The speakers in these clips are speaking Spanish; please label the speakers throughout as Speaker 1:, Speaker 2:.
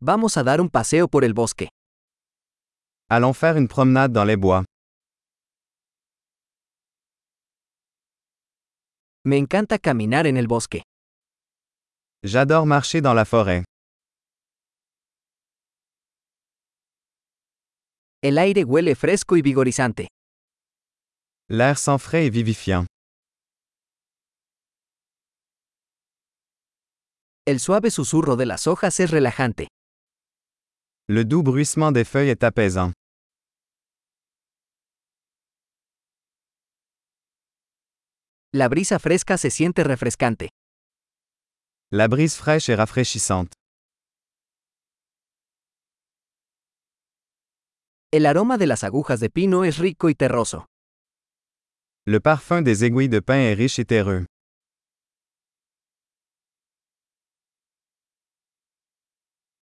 Speaker 1: Vamos a dar un paseo por el bosque.
Speaker 2: Allons faire une promenade dans les bois.
Speaker 1: Me encanta caminar en el bosque.
Speaker 2: J'adore marcher dans la forêt.
Speaker 1: El aire huele fresco y vigorizante.
Speaker 2: L'air sent frais et vivifiant.
Speaker 1: El suave susurro de las hojas es relajante.
Speaker 2: Le doux bruissement des feuilles est apaisant.
Speaker 1: La brisa fresca se siente refrescante.
Speaker 2: La brise fraîche est rafraîchissante.
Speaker 1: El aroma de las agujas de pino es rico y terroso.
Speaker 2: Le parfum des aiguilles de pin est riche et terreux.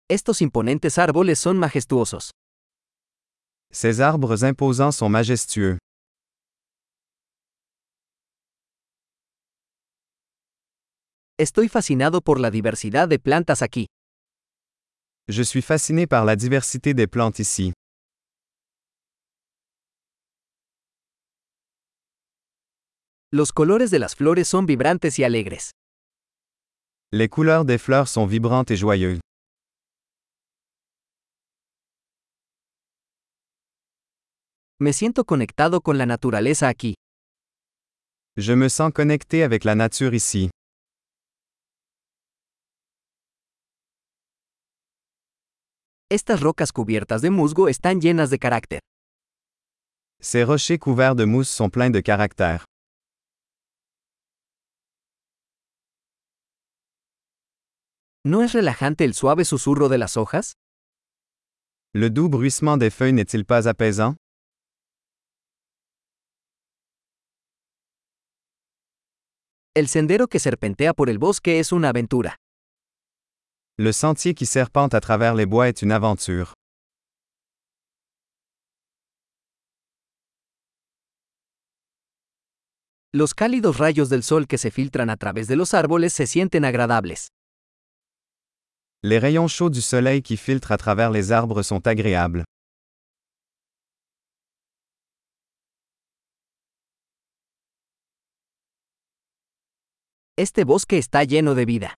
Speaker 1: Estos imponentes árboles son majestuosos.
Speaker 2: Ces arbres imposants sont majestueux.
Speaker 1: Estoy fascinado por la diversidad de plantas aquí.
Speaker 2: Je suis fasciné par la diversité des plantes ici.
Speaker 1: Los colores de las flores son vibrantes y alegres.
Speaker 2: Les couleurs des fleurs sont vibrantes et joyeuses.
Speaker 1: Me siento conectado con la naturaleza aquí.
Speaker 2: Je me sens connecté avec la nature ici.
Speaker 1: Estas rocas cubiertas de musgo están llenas de carácter.
Speaker 2: Ces rochers couverts de mousse sont pleins de caractère.
Speaker 1: ¿No es relajante el suave susurro de las hojas?
Speaker 2: Le doux bruissement des feuilles n'est-il pas apaisant?
Speaker 1: El sendero que serpentea por el bosque es una aventura.
Speaker 2: Le sentier qui serpente à travers les bois est une aventure.
Speaker 1: Los cálidos rayos del sol que se filtran a través de los árboles se sienten agradables.
Speaker 2: Les rayons chauds du soleil qui filtrent à travers les arbres sont agréables.
Speaker 1: Este bosque está lleno de vida.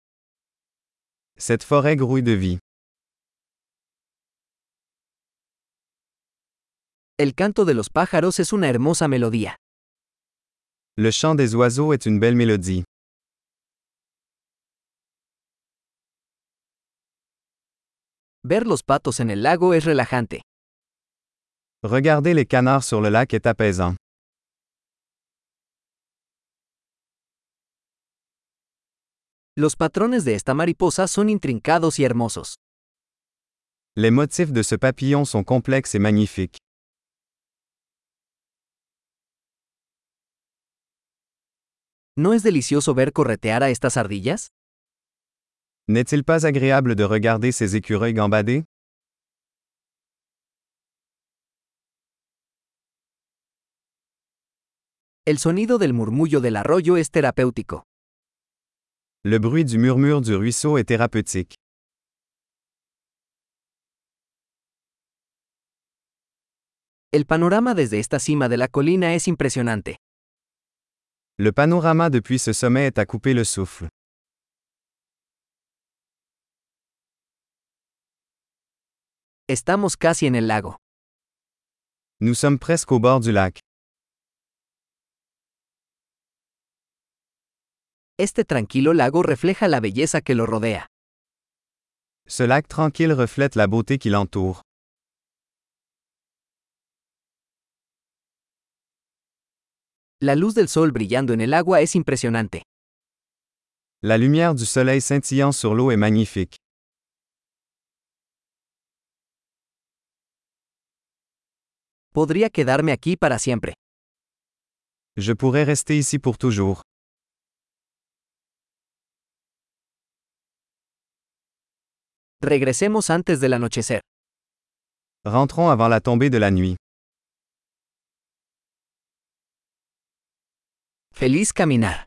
Speaker 2: Cette forêt grouille de vie.
Speaker 1: El canto de los pájaros es una hermosa melodía.
Speaker 2: Le chant des oiseaux est une belle mélodie.
Speaker 1: Ver los patos en el lago es relajante.
Speaker 2: Regarder les canards sur le lac est apaisant.
Speaker 1: Los patrones de esta mariposa son intrincados y hermosos.
Speaker 2: Les motifs de ce papillon sont complexes et magnifiques.
Speaker 1: ¿No es delicioso ver corretear a estas ardillas?
Speaker 2: N'est-il pas agréable de regarder ces écureuils gambader?
Speaker 1: El sonido del murmullo del arroyo es terapéutico.
Speaker 2: Le bruit du murmure du ruisseau est thérapeutique.
Speaker 1: El panorama desde esta cima de la colina es impresionante.
Speaker 2: Le panorama depuis ce sommet est à couper le souffle.
Speaker 1: Estamos casi en el lago.
Speaker 2: Nous sommes presque au bord du lac.
Speaker 1: Este tranquilo lago refleja la belleza que lo rodea.
Speaker 2: Ce lac tranquille reflète la beauté qui l'entoure.
Speaker 1: La luz del sol brillando en el agua es impresionante.
Speaker 2: La lumière du soleil scintillant sur l'eau est magnifique.
Speaker 1: Podría quedarme aquí para siempre.
Speaker 2: Je pourrais rester ici pour toujours.
Speaker 1: Regresemos antes del anochecer.
Speaker 2: Rentrons avant la tombée de la nuit.
Speaker 1: Feliz caminar.